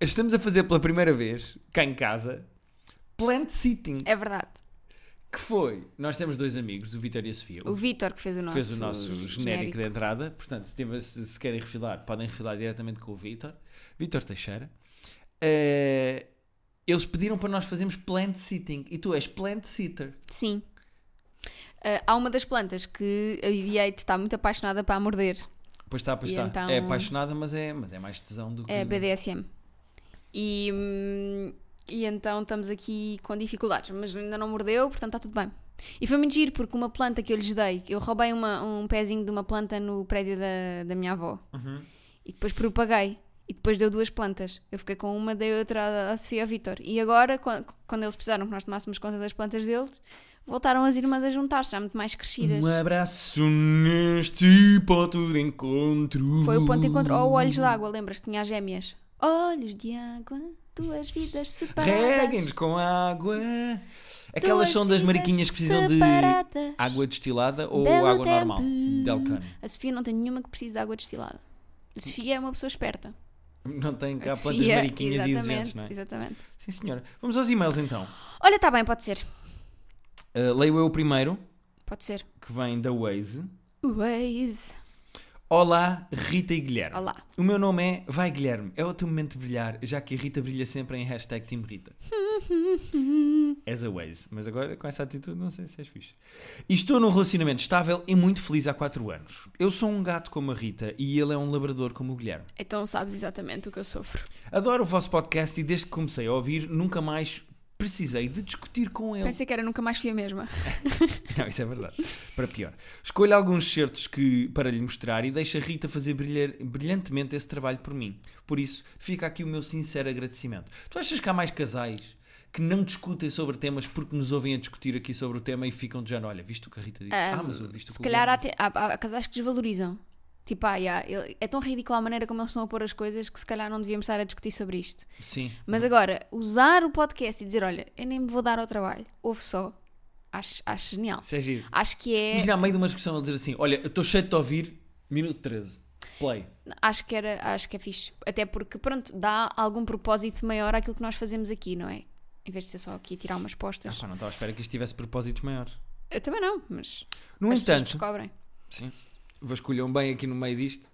Speaker 2: estamos a fazer pela primeira vez, cá em casa, plant sitting,
Speaker 1: É verdade.
Speaker 2: que foi, nós temos dois amigos, o Vitor e a Sofia.
Speaker 1: O Vítor que fez o nosso.
Speaker 2: Fez o nosso genérico, de entrada, portanto, se, tiver- se- se querem refilar, podem refilar diretamente com o Vitor, Vitor Teixeira. Eh, eles pediram para nós fazermos plant sitting e tu és plant sitter.
Speaker 1: Sim. Ah, há uma das plantas que a BB-8 está muito apaixonada para a morder.
Speaker 2: Pois está, pois
Speaker 1: E
Speaker 2: está.
Speaker 1: então-
Speaker 2: É apaixonada, mas é, mas é mais tesão do que.
Speaker 1: É BDSM. E, hum, e então estamos aqui com dificuldades, mas ainda não mordeu, portanto está tudo bem. E foi muito giro, porque uma planta que eu lhes dei, eu roubei uma- um pezinho de uma planta no prédio da, da minha avó
Speaker 2: Uhum.
Speaker 1: e depois propaguei. E depois deu duas plantas. Eu fiquei com uma, dei outra à- à Sofia e ao Vitor. E agora, quan- quando, eles precisaram que nós tomássemos conta das plantas deles, voltaram as irmãs a juntar-se, já muito mais crescidas.
Speaker 2: Um abraço neste ponto de encontro.
Speaker 1: Foi o ponto de encontro. Oh, Ou Olhos de Água, lembras? Tinha as gêmeas. Olhos de água, duas vidas separadas.
Speaker 2: Reguem-nos com água. Aquelas
Speaker 1: Duas
Speaker 2: é são das
Speaker 1: vidas
Speaker 2: mariquinhas que precisam de
Speaker 1: separadas.
Speaker 2: água destilada ou
Speaker 1: Del
Speaker 2: água normal?
Speaker 1: Tempo.
Speaker 2: Del cano.
Speaker 1: A Sofia não tem nenhuma que precise de água destilada. A Sofia é uma pessoa esperta.
Speaker 2: Não tem cá
Speaker 1: a
Speaker 2: plantas
Speaker 1: Sofia,
Speaker 2: mariquinhas e exigentes,
Speaker 1: exatamente,
Speaker 2: não é?
Speaker 1: exatamente.
Speaker 2: Sim, senhora. Vamos aos e-mails então.
Speaker 1: Olha, está bem, pode ser.
Speaker 2: Uh, leio eu o primeiro,
Speaker 1: Pode ser.
Speaker 2: que vem da Waze.
Speaker 1: Waze.
Speaker 2: Olá, Rita e Guilherme.
Speaker 1: Olá.
Speaker 2: O meu nome é Vai Guilherme. É o teu momento de brilhar, já que a Rita brilha sempre em hashtag Team Rita. as a ways. Mas agora, com essa atitude, não sei se és fixe. E estou num relacionamento estável e muito feliz há 4 anos. Eu sou um gato como a Rita e ele é um labrador como o Guilherme.
Speaker 1: Então sabes exatamente o que eu sofro.
Speaker 2: Adoro o vosso podcast e desde que comecei a ouvir, nunca mais precisei de discutir com ele.
Speaker 1: Pensei que era nunca mais fui a mesma.
Speaker 2: Não, isso é verdade. Para pior. Escolho alguns certos que, para lhe mostrar e deixo a Rita fazer brilhar, brilhantemente esse trabalho por mim. Por isso, fica aqui o meu sincero agradecimento. Tu achas que há mais casais que não discutem sobre temas porque nos ouvem a discutir aqui sobre o tema e ficam de género, olha, visto o que a Rita disse? ah, mas eu visto o
Speaker 1: Se
Speaker 2: que o
Speaker 1: calhar há,
Speaker 2: Guilherme
Speaker 1: te- há- há casais que desvalorizam. Tipo, ah, yeah, ele- é tão ridícula a maneira como eles estão a pôr as coisas que se calhar não devíamos estar a discutir sobre isto.
Speaker 2: disse." Sim.
Speaker 1: Mas agora, usar o podcast e dizer, olha, eu nem me vou dar ao trabalho, ouve só, acho, acho genial.
Speaker 2: Isso é giro.
Speaker 1: Acho que é.
Speaker 2: Imagina, ao meio de uma discussão, ele dizer assim, olha, eu estou cheio de te ouvir, minuto 13. Play.
Speaker 1: acho que era acho que é fixe até porque pronto dá algum propósito maior àquilo que nós fazemos aqui não é em vez de ser só aqui tirar umas
Speaker 2: Ah,
Speaker 1: postas
Speaker 2: pá, não estava à espera que isto tivesse propósitos maiores.
Speaker 1: eu também não mas
Speaker 2: No
Speaker 1: as pessoas
Speaker 2: entanto,
Speaker 1: descobrem
Speaker 2: Sim. Vasculham bem aqui no meio disto.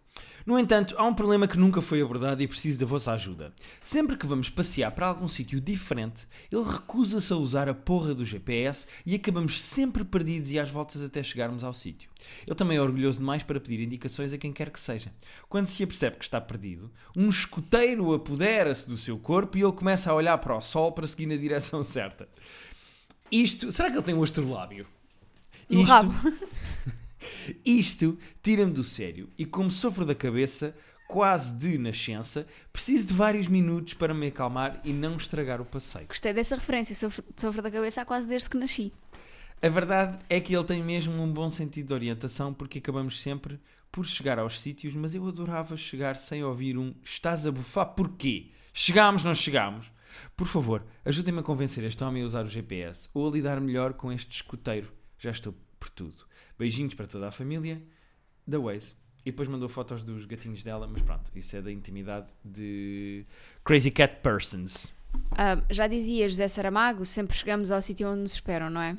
Speaker 2: No entanto, há um problema que nunca foi abordado e preciso da vossa ajuda. Sempre que vamos passear para algum sítio diferente, ele recusa-se a usar a porra do GPS e acabamos sempre perdidos e às voltas até chegarmos ao sítio. Ele também é orgulhoso demais para pedir indicações a quem quer que seja. Quando se apercebe que está perdido, um escuteiro apodera-se do seu corpo e ele começa a olhar para o sol para seguir na direção certa. Isto. Será que ele tem um astrolábio?
Speaker 1: No rabo.
Speaker 2: Isto tira-me do sério e, como sofro da cabeça, quase de nascença, preciso de vários minutos para me acalmar e não estragar o passeio.
Speaker 1: gostei dessa referência sofro, sofro da cabeça há quase desde que nasci
Speaker 2: A verdade é que ele tem mesmo um bom sentido de orientação porque acabamos sempre por chegar aos sítios, mas eu adorava chegar sem ouvir um estás a bufar porquê? Chegámos, não chegámos? Por favor, ajudem-me a convencer este homem a usar o GPS ou a lidar melhor com este escuteiro. Já estou por tudo. Beijinhos para toda a família da Waze. E depois mandou fotos dos gatinhos dela, mas pronto, isso é da intimidade de Crazy Cat Persons.
Speaker 1: Ahm, Ah, já dizia José Saramago sempre chegamos ao sítio onde nos esperam não é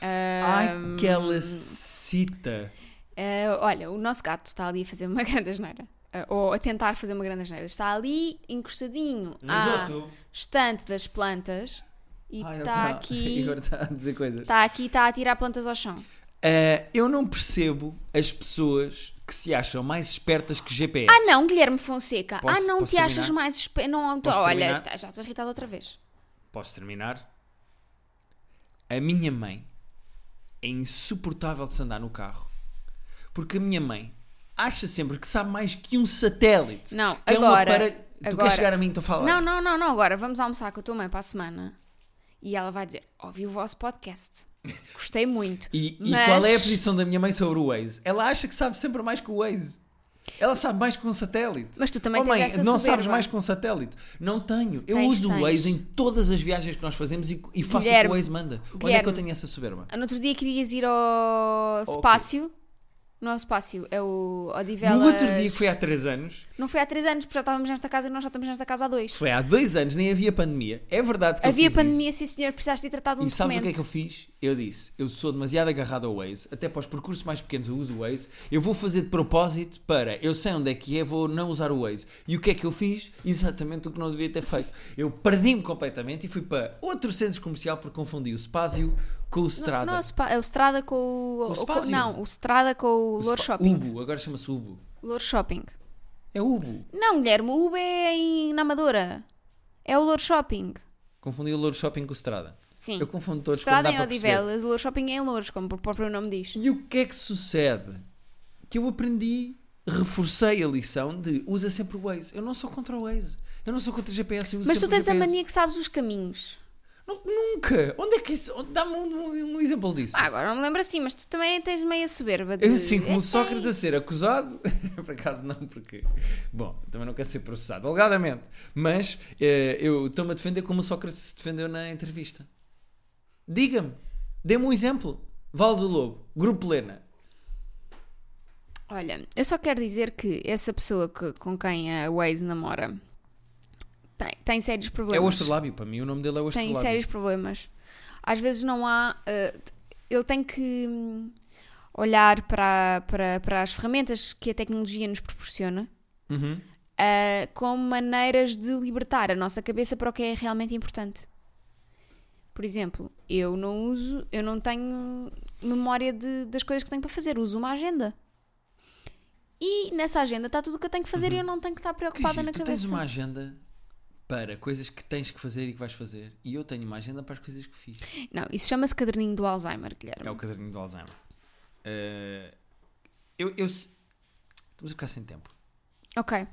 Speaker 1: Ahm,
Speaker 2: Ai, que ela cita.
Speaker 1: Ah, olha, o nosso gato está ali a fazer uma grande asneira. Ah, ou a tentar fazer uma grande asneira. Está ali encostadinho à estante das plantas e
Speaker 2: Ah, ele
Speaker 1: está
Speaker 2: tá-
Speaker 1: aqui. Tá.
Speaker 2: Igor está a dizer coisas.
Speaker 1: Está aqui, está a tirar plantas ao chão.
Speaker 2: Ah, eu não percebo as pessoas que se acham mais espertas que GPS.
Speaker 1: Ah não, Guilherme Fonseca. ah
Speaker 2: Posso-
Speaker 1: não,
Speaker 2: posso
Speaker 1: te
Speaker 2: terminar?
Speaker 1: achas mais... espe- Não, tu-
Speaker 2: Posso
Speaker 1: olha,
Speaker 2: terminar?
Speaker 1: tá- já estou irritada outra vez.
Speaker 2: Posso terminar? A minha mãe é insuportável de se andar no carro porque a minha mãe acha sempre que sabe mais que um satélite.
Speaker 1: Não,
Speaker 2: que é um
Speaker 1: agora,
Speaker 2: aparelho- Tu
Speaker 1: agora.
Speaker 2: queres chegar a mim então estou a falar?
Speaker 1: Não, não, não, não. Agora vamos almoçar com a tua mãe para a semana. E ela vai dizer, ouvi o vosso podcast. Gostei muito.
Speaker 2: E, e
Speaker 1: mas-
Speaker 2: qual é a posição da minha mãe sobre o Waze? Ela acha que sabe sempre mais que o Waze. Ela sabe mais que um satélite.
Speaker 1: Mas tu também
Speaker 2: oh,
Speaker 1: tens
Speaker 2: mãe,
Speaker 1: essa
Speaker 2: não
Speaker 1: soberba.
Speaker 2: sabes mais que um satélite. Não tenho. Eu
Speaker 1: Tens,
Speaker 2: uso
Speaker 1: tens.
Speaker 2: o Waze em todas as viagens que nós fazemos e, e faço o
Speaker 1: Guilherme,
Speaker 2: que o Waze manda. Onde é que
Speaker 1: Guilherme.
Speaker 2: eu tenho essa soberba?
Speaker 1: No outro dia querias ir ao
Speaker 2: quê?
Speaker 1: Spácio. Não é o Spácio, é o Odivelas.
Speaker 2: No outro dia, que foi há 3 anos,
Speaker 1: Não foi há três anos, porque já estávamos nesta casa e nós já estamos nesta casa há dois.
Speaker 2: foi há 2 anos, nem havia pandemia. É verdade que eu
Speaker 1: Havia
Speaker 2: fiz isso.
Speaker 1: pandemia, sim senhor, precisaste de tratar de um
Speaker 2: E sabes
Speaker 1: documento.
Speaker 2: o que é que eu fiz? Eu disse, eu sou demasiado agarrado ao Waze, até para os percursos mais pequenos eu uso o Waze, eu vou fazer de propósito para, eu sei onde é que é, vou não usar o Waze. E o que é que eu fiz? Exatamente o que não devia ter feito. Eu perdi-me completamente e fui para outro centro comercial porque confundi o Spásio com o Strada.
Speaker 1: Não, é o Spa- é o Strada com o.
Speaker 2: O
Speaker 1: o co-
Speaker 2: Spazio.
Speaker 1: não, o Strada com o,
Speaker 2: O
Speaker 1: Lord
Speaker 2: Spa-
Speaker 1: Shopping.
Speaker 2: Ubo, agora chama-se Ubo.
Speaker 1: Lord Shopping.
Speaker 2: É Ubo.
Speaker 1: Não, Guilherme, o Uber é em, na Amadora. É o Lord Shopping.
Speaker 2: Confundi o Louro Shopping com o Strada.
Speaker 1: Sim.
Speaker 2: Eu confundo todos
Speaker 1: Strada
Speaker 2: quando
Speaker 1: em
Speaker 2: dá para perceber.
Speaker 1: Odivelas, o Lord Shopping é em Louros, como o próprio nome diz.
Speaker 2: E o que é que sucede? Que eu aprendi, reforcei a lição de usa sempre o Waze. Eu não sou contra o Waze. Eu não sou contra o GPS. Eu uso
Speaker 1: Mas tu
Speaker 2: sempre o
Speaker 1: tens a
Speaker 2: GPS.
Speaker 1: mania que sabes os caminhos.
Speaker 2: Não, nunca! Onde é que isso. onde- Dá-me um, um- um exemplo disso.
Speaker 1: Ah, agora não me lembro assim, mas tu também tens meia soberba. De...
Speaker 2: eu sinto como
Speaker 1: É,
Speaker 2: um Sócrates a ser acusado. Por acaso não, porque. Bom, também não quero ser processado, alegadamente. Mas eh, eu estou-me a defender como o Sócrates se defendeu na entrevista. Diga-me, dê-me um exemplo. Valdo Lobo, Grupo Plena.
Speaker 1: Olha, eu só quero dizer que essa pessoa que- com quem a Waze namora tem, tem sérios
Speaker 2: É
Speaker 1: problemas.
Speaker 2: o Astrolábio, para mim o nome dele é o
Speaker 1: tem
Speaker 2: Astrolábio.
Speaker 1: sérios problemas. Às vezes não há. eh, ele tem que hum, olhar para, para, para as ferramentas que a tecnologia nos proporciona
Speaker 2: Uhum.
Speaker 1: eh, como maneiras de libertar a nossa cabeça para o que é realmente importante. Por exemplo, eu não uso, eu não tenho memória de- das coisas que tenho para fazer, uso uma agenda. E nessa agenda está tudo o que eu tenho que fazer e eu não tenho que estar
Speaker 2: Uhum. Que
Speaker 1: preocupada
Speaker 2: giro,
Speaker 1: na
Speaker 2: tu
Speaker 1: cabeça.
Speaker 2: tens uma agenda para coisas que tens que fazer e que vais fazer. E eu tenho uma agenda para as coisas que fiz.
Speaker 1: Não, isso chama-se caderninho do Alzheimer, Guilherme.
Speaker 2: É o caderninho do Alzheimer. Eh, eu, eu se- Estamos a ficar sem tempo.
Speaker 1: Ok.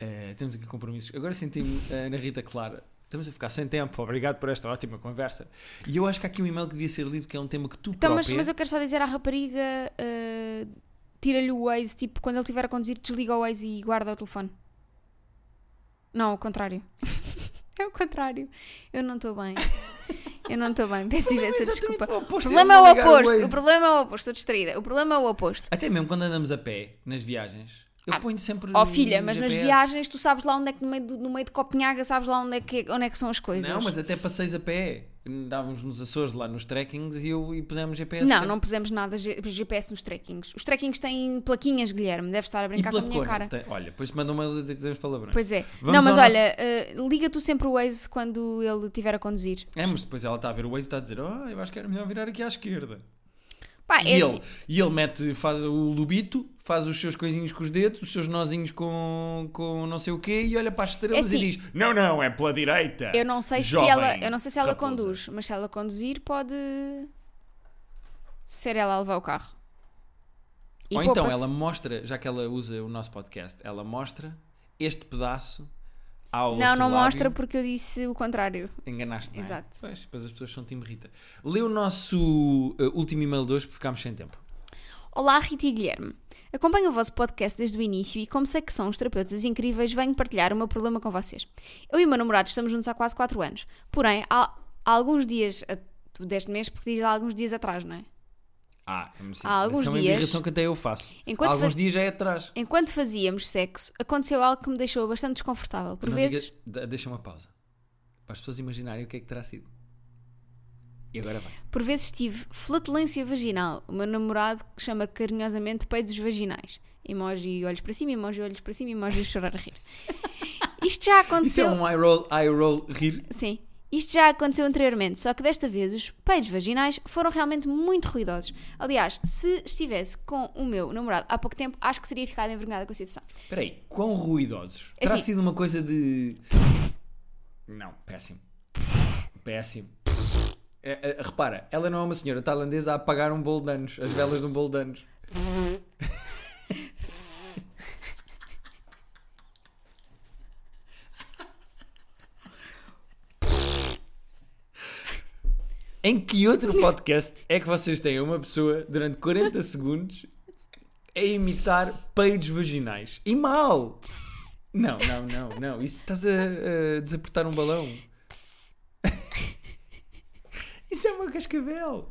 Speaker 2: Eh, temos aqui compromissos. Agora senti-me a Ana Rita Clara. Estamos a ficar sem tempo. Obrigado por esta ótima conversa. E eu acho que há aqui um e-mail que devia ser lido, que é um tema que tu
Speaker 1: Então, mas,
Speaker 2: própria...
Speaker 1: mas eu quero só dizer à rapariga: eh, tira-lhe o Waze, tipo, quando ele estiver a conduzir, desliga o Waze e guarda o telefone. Não, ao contrário. é o contrário. Eu não estou bem. Eu não estou bem. Peço imensa desculpa.
Speaker 2: tipo
Speaker 1: O problema é o oposto. O problema é o oposto. Estou distraída. O problema é o oposto.
Speaker 2: Até mesmo quando andamos a pé, nas viagens, eu
Speaker 1: Ah,
Speaker 2: ponho sempre.
Speaker 1: Ó filha, mas nas
Speaker 2: GPS.
Speaker 1: viagens tu sabes lá onde é que no meio, do- no meio de Copenhaga sabes lá onde é que, onde é que são as coisas.
Speaker 2: Não, mas até passeis a pé. Andávamos nos Açores lá nos trekkings e, eu, e pusemos GPS.
Speaker 1: Não,
Speaker 2: sempre.
Speaker 1: não pusemos nada G- GPS nos trekkings. Os trekkings têm plaquinhas, Guilherme. Deves estar a brincar com a minha
Speaker 2: placona,
Speaker 1: cara.
Speaker 2: tem- olha, depois te mandam uma dizer que dizemos palavrões.
Speaker 1: Pois é.
Speaker 2: Vamos
Speaker 1: não, mas
Speaker 2: ao
Speaker 1: olha, eh, liga tu sempre o Waze quando ele estiver a conduzir.
Speaker 2: É, mas depois ela está a ver o Waze e está a dizer: Oh, eu acho que era melhor virar aqui à esquerda.
Speaker 1: Pá,
Speaker 2: E
Speaker 1: é assim.
Speaker 2: ele, e ele mete, faz o lubito, faz os seus coisinhos com os dedos, os seus nozinhos com, com não sei o quê e olha para as estrelas
Speaker 1: É assim,
Speaker 2: e diz: Não, não, é pela direita.
Speaker 1: Eu não sei se
Speaker 2: Jovem
Speaker 1: ela, eu não sei se ela
Speaker 2: raposa."
Speaker 1: conduz, mas se ela conduzir pode ser ela a levar o carro. E
Speaker 2: Ou então
Speaker 1: poupa-se.
Speaker 2: ela mostra, já que ela usa o nosso podcast, ela mostra este pedaço ao
Speaker 1: Não, não
Speaker 2: astrolábio.
Speaker 1: mostra porque eu disse o contrário.
Speaker 2: Enganaste, não é?
Speaker 1: Exato.
Speaker 2: Pois, pois as pessoas são time Rita. Lê o nosso uh, último e-mail de hoje porque ficámos sem tempo.
Speaker 1: Olá, Rita e Guilherme. Acompanho o vosso podcast desde o início e, como sei que são uns terapeutas incríveis, venho partilhar o meu problema com vocês. Eu e o meu namorado estamos juntos há quase 4 anos. Porém, há, há alguns dias, a- tu deste mês, porque diz há alguns dias atrás, não é?
Speaker 2: Ah, é-me sim.
Speaker 1: Há alguns
Speaker 2: Isso é uma
Speaker 1: dias-
Speaker 2: imigração que até eu faço.
Speaker 1: Enquanto
Speaker 2: Há alguns
Speaker 1: faz-
Speaker 2: dias já é atrás.
Speaker 1: Enquanto fazíamos sexo, aconteceu algo que me deixou bastante desconfortável. Por
Speaker 2: Não
Speaker 1: vezes.
Speaker 2: diga- de- Deixa uma pausa. Para as pessoas imaginarem o que é que terá sido. E agora vai.
Speaker 1: Por vezes tive flatulência vaginal. O meu namorado que chama carinhosamente peidos vaginais. Emoji olhos para cima, emoji olhos para cima, emoji chorar a rir. Isto já
Speaker 2: Isso
Speaker 1: aconteceu.
Speaker 2: é um eye roll, eye roll, rir.
Speaker 1: Sim. Isto já aconteceu anteriormente, só que desta vez os peidos vaginais foram realmente muito ruidosos. Aliás, se estivesse com o meu namorado há pouco tempo, acho que teria ficado envergonhada com a situação.
Speaker 2: Espera aí, quão ruidosos?
Speaker 1: É
Speaker 2: Terá
Speaker 1: assim-
Speaker 2: sido uma coisa de. Não, péssimo. Péssimo. É, é, repara, ela não é uma senhora tailandesa a apagar um bolo de anos, as velas de um bolo de anos. Em que outro podcast é que vocês têm uma pessoa durante 40 segundos a imitar peidos vaginais? E mal! Não, não, não, não. Isso estás a, a desapertar um balão. Isso é uma cascavel.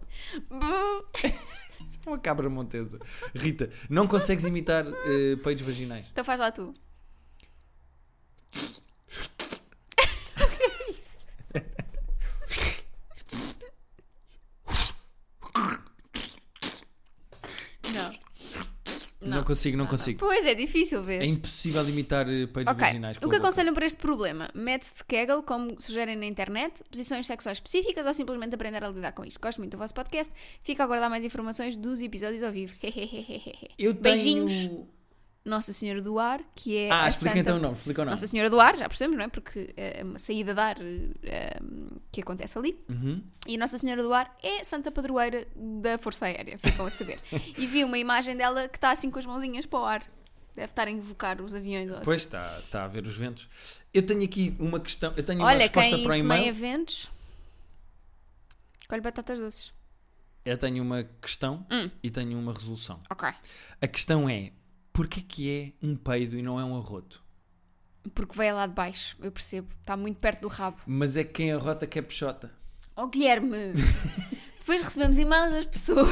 Speaker 2: Isso é uma cabra montesa. Rita, não consegues imitar eh, peidos vaginais.
Speaker 1: Então faz lá tu. Não.
Speaker 2: Não,
Speaker 1: Não.
Speaker 2: consigo, não, consigo.
Speaker 1: Pois é, difícil
Speaker 2: É
Speaker 1: ver.
Speaker 2: impossível imitar eh, peidos
Speaker 1: Ok,
Speaker 2: vaginais. com
Speaker 1: o que
Speaker 2: a boca.
Speaker 1: aconselham para este problema? Método de Kegel, como sugerem na internet, posições sexuais específicas ou simplesmente aprender a lidar com isto? Gosto muito do vosso podcast, fico a aguardar mais informações dos episódios ao vivo.
Speaker 2: Eu tenho...
Speaker 1: Beijinhos, Nossa Senhora do Ar, que é.
Speaker 2: Ah,
Speaker 1: a
Speaker 2: explica
Speaker 1: santa-
Speaker 2: então o nome, explica o nome.
Speaker 1: Nossa Senhora do Ar, já percebemos, não é? Porque é uma saída de ar eh, um, que acontece ali.
Speaker 2: Uhum.
Speaker 1: E Nossa Senhora do Ar é Santa Padroeira da Força Aérea, ficam a saber. e vi uma imagem dela que está assim com as mãozinhas para o ar. Deve estar a invocar os aviões. ou assim.
Speaker 2: Pois está, está a ver os ventos. Eu tenho aqui uma questão, eu tenho uma
Speaker 1: Olha,
Speaker 2: resposta
Speaker 1: quem
Speaker 2: para o
Speaker 1: semeia
Speaker 2: e-mail.
Speaker 1: ventos, colhe batatas doces.
Speaker 2: Eu tenho uma questão
Speaker 1: Hum.
Speaker 2: e tenho uma resolução.
Speaker 1: Ok.
Speaker 2: A questão é, porquê que é um peido e não é um arroto?
Speaker 1: Porque veio lá de baixo, eu percebo. Está muito perto do rabo.
Speaker 2: Mas é quem arrota que é peixota.
Speaker 1: Oh, Guilherme! Depois recebemos e-mails das pessoas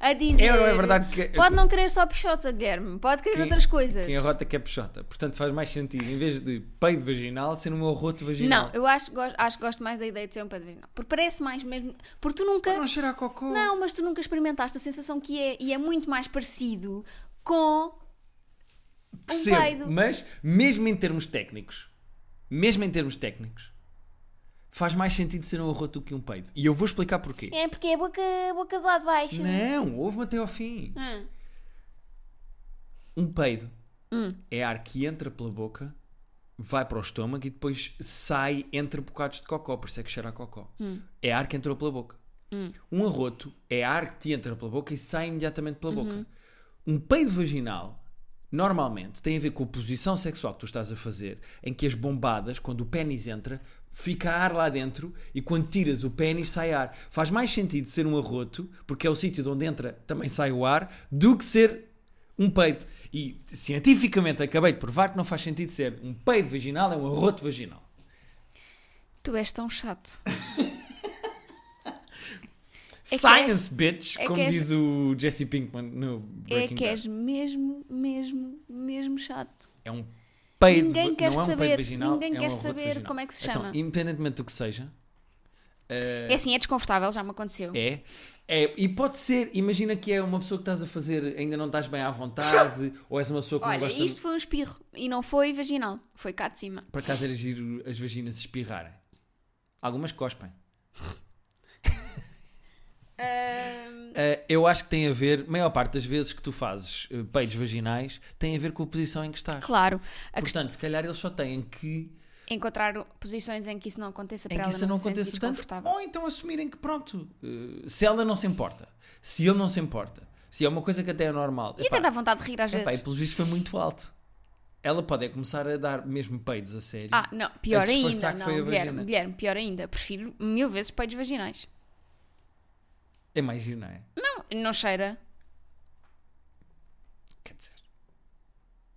Speaker 1: a dizer...
Speaker 2: É, é verdade que...
Speaker 1: Pode não querer só pichota, Guilherme. Pode querer
Speaker 2: Quem-
Speaker 1: outras coisas.
Speaker 2: Quem arrota que é peixota. Portanto faz mais sentido, em vez de peido vaginal, ser um arroto vaginal.
Speaker 1: Não, eu acho, go- acho que gosto mais da ideia de ser um padre vaginal. Porque parece mais mesmo... Porque tu nunca...
Speaker 2: Para não cheirar a cocô.
Speaker 1: Não, mas tu nunca experimentaste a sensação que é. E é muito mais parecido com...
Speaker 2: Percebo,
Speaker 1: um peido.
Speaker 2: Mas, mesmo em termos técnicos, mesmo em termos técnicos, faz mais sentido ser um arroto do que um peido. E eu vou explicar porquê.
Speaker 3: É porque é a boca, a boca do lado de baixo.
Speaker 2: Não, ouve-me até ao fim.
Speaker 3: Ah.
Speaker 2: Um peido
Speaker 1: Hum.
Speaker 2: é ar que entra pela boca, vai para o estômago e depois sai entre bocados de cocó, por isso é que cheira a cocó. É ar que entrou pela boca. Um arroto é ar que te entra pela boca e sai imediatamente pela boca. Um peido vaginal, normalmente, tem a ver com a posição sexual que tu estás a fazer, em que as bombadas, quando o pênis entra, fica ar lá dentro e quando tiras o pênis sai ar. Faz mais sentido ser um arroto, porque é o sítio de onde entra também sai o ar, do que ser um peido. E cientificamente acabei de provar que não faz sentido ser um peido vaginal, é um arroto vaginal.
Speaker 1: Tu és tão chato. É que
Speaker 2: Science,
Speaker 1: és-
Speaker 2: bitch,
Speaker 1: é que
Speaker 2: como
Speaker 1: és-
Speaker 2: diz o Jesse Pinkman no
Speaker 1: É
Speaker 2: Breaking
Speaker 1: que és
Speaker 2: Bad.
Speaker 1: mesmo, mesmo, mesmo chato.
Speaker 2: É um peido,
Speaker 1: Ninguém
Speaker 2: va-
Speaker 1: quer
Speaker 2: não é um peido
Speaker 1: saber,
Speaker 2: vaginal,
Speaker 1: ninguém
Speaker 2: é um
Speaker 1: quer
Speaker 2: arroto
Speaker 1: saber
Speaker 2: vaginal.
Speaker 1: como é que se
Speaker 2: Então,
Speaker 1: chama.
Speaker 2: independentemente do que seja,
Speaker 1: É assim, é desconfortável, já me aconteceu.
Speaker 2: É. É, e pode ser, imagina que é uma pessoa que estás a fazer, ainda não estás bem à vontade, ou és uma pessoa que
Speaker 1: Olha,
Speaker 2: não gosta
Speaker 1: isto foi um espirro e não foi vaginal, foi cá de cima.
Speaker 2: para acaso era giro as vaginas espirrarem. Algumas cospem. Eh, eu acho que tem a ver, a maior parte das vezes que tu fazes eh, peidos vaginais, tem a ver com a posição em que estás.
Speaker 1: Claro, a questão
Speaker 2: Portanto, se calhar eles só têm que
Speaker 1: é encontrar posições em que isso não aconteça
Speaker 2: em
Speaker 1: para
Speaker 2: que
Speaker 1: ela
Speaker 2: isso
Speaker 1: não,
Speaker 2: não
Speaker 1: se sentir
Speaker 2: aconteça tanto,
Speaker 1: desconfortável.
Speaker 2: ou então assumirem que pronto, eh, se ela não se importa, se ele não se importa, se é uma coisa que até é normal.
Speaker 1: E até dá vontade de rir às
Speaker 2: Epá, e
Speaker 1: vezes.
Speaker 2: pelos vistos foi muito alto. Ela pode é começar a dar mesmo peidos a sério.
Speaker 1: Ah, não, pior
Speaker 2: a disfarçar
Speaker 1: ainda.
Speaker 2: que
Speaker 1: Não,
Speaker 2: foi a
Speaker 1: Guilherme,
Speaker 2: vagina.
Speaker 1: Guilherme, pior ainda. Prefiro mil vezes peidos vaginais.
Speaker 2: É mais giro, não é?
Speaker 1: Não, não cheira.
Speaker 2: Quer dizer,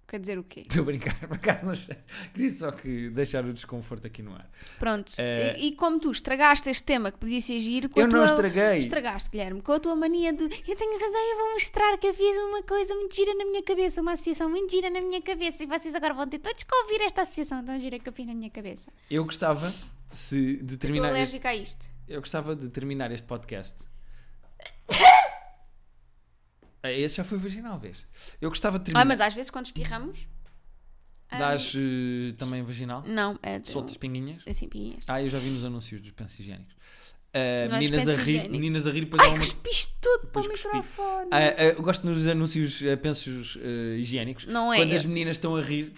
Speaker 1: Quer dizer o quê?
Speaker 2: estou a brincar, por acaso não sei. Queria só que deixar o desconforto aqui no ar.
Speaker 1: Pronto.
Speaker 2: Eh,
Speaker 1: E, e como tu estragaste este tema que podia ser giro, com a
Speaker 2: Eu não
Speaker 1: tua-
Speaker 2: estraguei.
Speaker 1: Estragaste, Guilherme, com a tua mania de eu tenho razão, eu vou mostrar que eu fiz uma coisa muito gira na minha cabeça, uma associação muito gira na minha cabeça, e vocês agora vão ter todos que ouvir esta associação tão gira que eu fiz na minha cabeça.
Speaker 2: Eu gostava se de
Speaker 1: Estou
Speaker 2: terminar este,
Speaker 1: alérgica a isto.
Speaker 2: eu gostava de terminar este podcast. Ah, Esse já foi vaginal, vez. Eu gostava de terminar.
Speaker 1: Ah, mas às vezes quando espirramos. ah,
Speaker 2: Hum. Dás eh, também vaginal?
Speaker 1: Não, é. de-
Speaker 2: Soltas pinguinhas?
Speaker 1: Assim, pinhas.
Speaker 2: Ah, eu já vi nos anúncios dos pensos higiênicos. Ah,
Speaker 1: Não é
Speaker 2: meninas, a
Speaker 1: dispensa
Speaker 2: rir,
Speaker 1: higiênica.
Speaker 2: meninas a rir, depois há
Speaker 1: Ai,
Speaker 2: uma.
Speaker 1: cuspiste tudo para o
Speaker 2: Depois cuspi.
Speaker 1: microfone.
Speaker 2: Ah, ah, eu gosto nos anúncios ah, pensos ah, higiênicos.
Speaker 1: Não é,
Speaker 2: Quando
Speaker 1: eu-
Speaker 2: as meninas estão a rir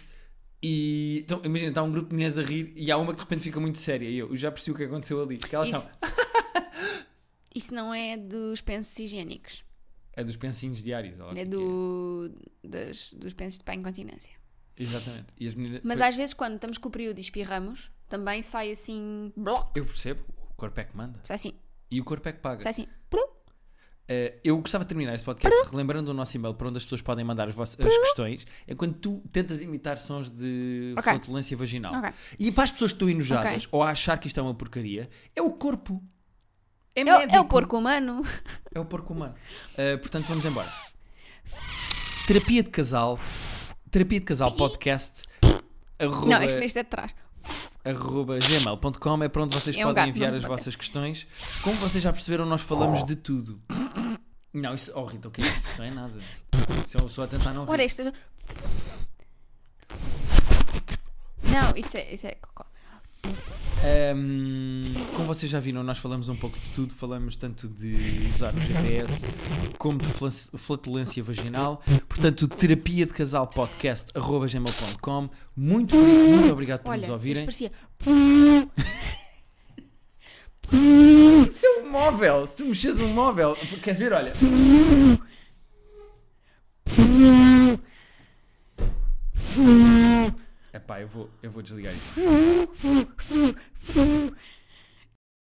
Speaker 2: e. Então, imagina, está um grupo de meninas a rir e há uma que de repente fica muito séria. E eu, eu já percebi o que aconteceu ali. Que elas
Speaker 1: Isso-
Speaker 2: estão.
Speaker 1: Isso não é dos pensos higiênicos.
Speaker 2: É dos pensinhos diários. olha lá o
Speaker 1: É
Speaker 2: que é.
Speaker 1: do, das- dos pensos de pá incontinência.
Speaker 2: que é. Exatamente. E as meninas.
Speaker 1: Mas
Speaker 2: eu,
Speaker 1: às vezes quando estamos com o período e espirramos, também sai assim. bló,
Speaker 2: eu percebo, o corpo é que manda.
Speaker 1: Sai assim.
Speaker 2: E o corpo é que paga.
Speaker 1: Sai assim. bló.
Speaker 2: Uh, eu gostava de terminar este podcast relembrando o nosso e-mail para onde as pessoas podem mandar as, vossas, as questões. É quando tu tentas imitar sons de
Speaker 1: Ok.
Speaker 2: flatulência vaginal.
Speaker 1: Ok.
Speaker 2: E para as pessoas que estão enojadas ou a achar que isto é uma porcaria, é o corpo. É,
Speaker 1: É, o-
Speaker 2: médico.
Speaker 1: é o porco humano.
Speaker 2: É o porco humano. Uh, portanto, vamos embora. Terapia de casal. Terapia de casal podcast. Arroba,
Speaker 1: Não, este neste é de trás.
Speaker 2: arroba gmail.com é para onde vocês
Speaker 1: É um
Speaker 2: podem
Speaker 1: gato,
Speaker 2: enviar
Speaker 1: não
Speaker 2: as
Speaker 1: pode
Speaker 2: vossas questões. Como vocês já perceberam, nós falamos de tudo. Não, isso. Oh, Rita, o que é isso? Isso não é nada. Isso é uma pessoa a tentar não.
Speaker 1: Ora,
Speaker 2: rir.
Speaker 1: este. é Não, isso é, isso é cocó.
Speaker 2: Ahm, como vocês já viram, nós falamos um pouco de tudo. Falamos tanto de usar o GPS como de flan- flatulência vaginal. Portanto, terapia de casal podcast arroba gmail.com. Muito, muito obrigado por nos
Speaker 1: Olha, isto
Speaker 2: ouvirem.
Speaker 1: parecia.
Speaker 2: Isso é um móvel. Se tu mexes um móvel, queres ver? Olha. Epá, eu vou, eu vou desligar isto.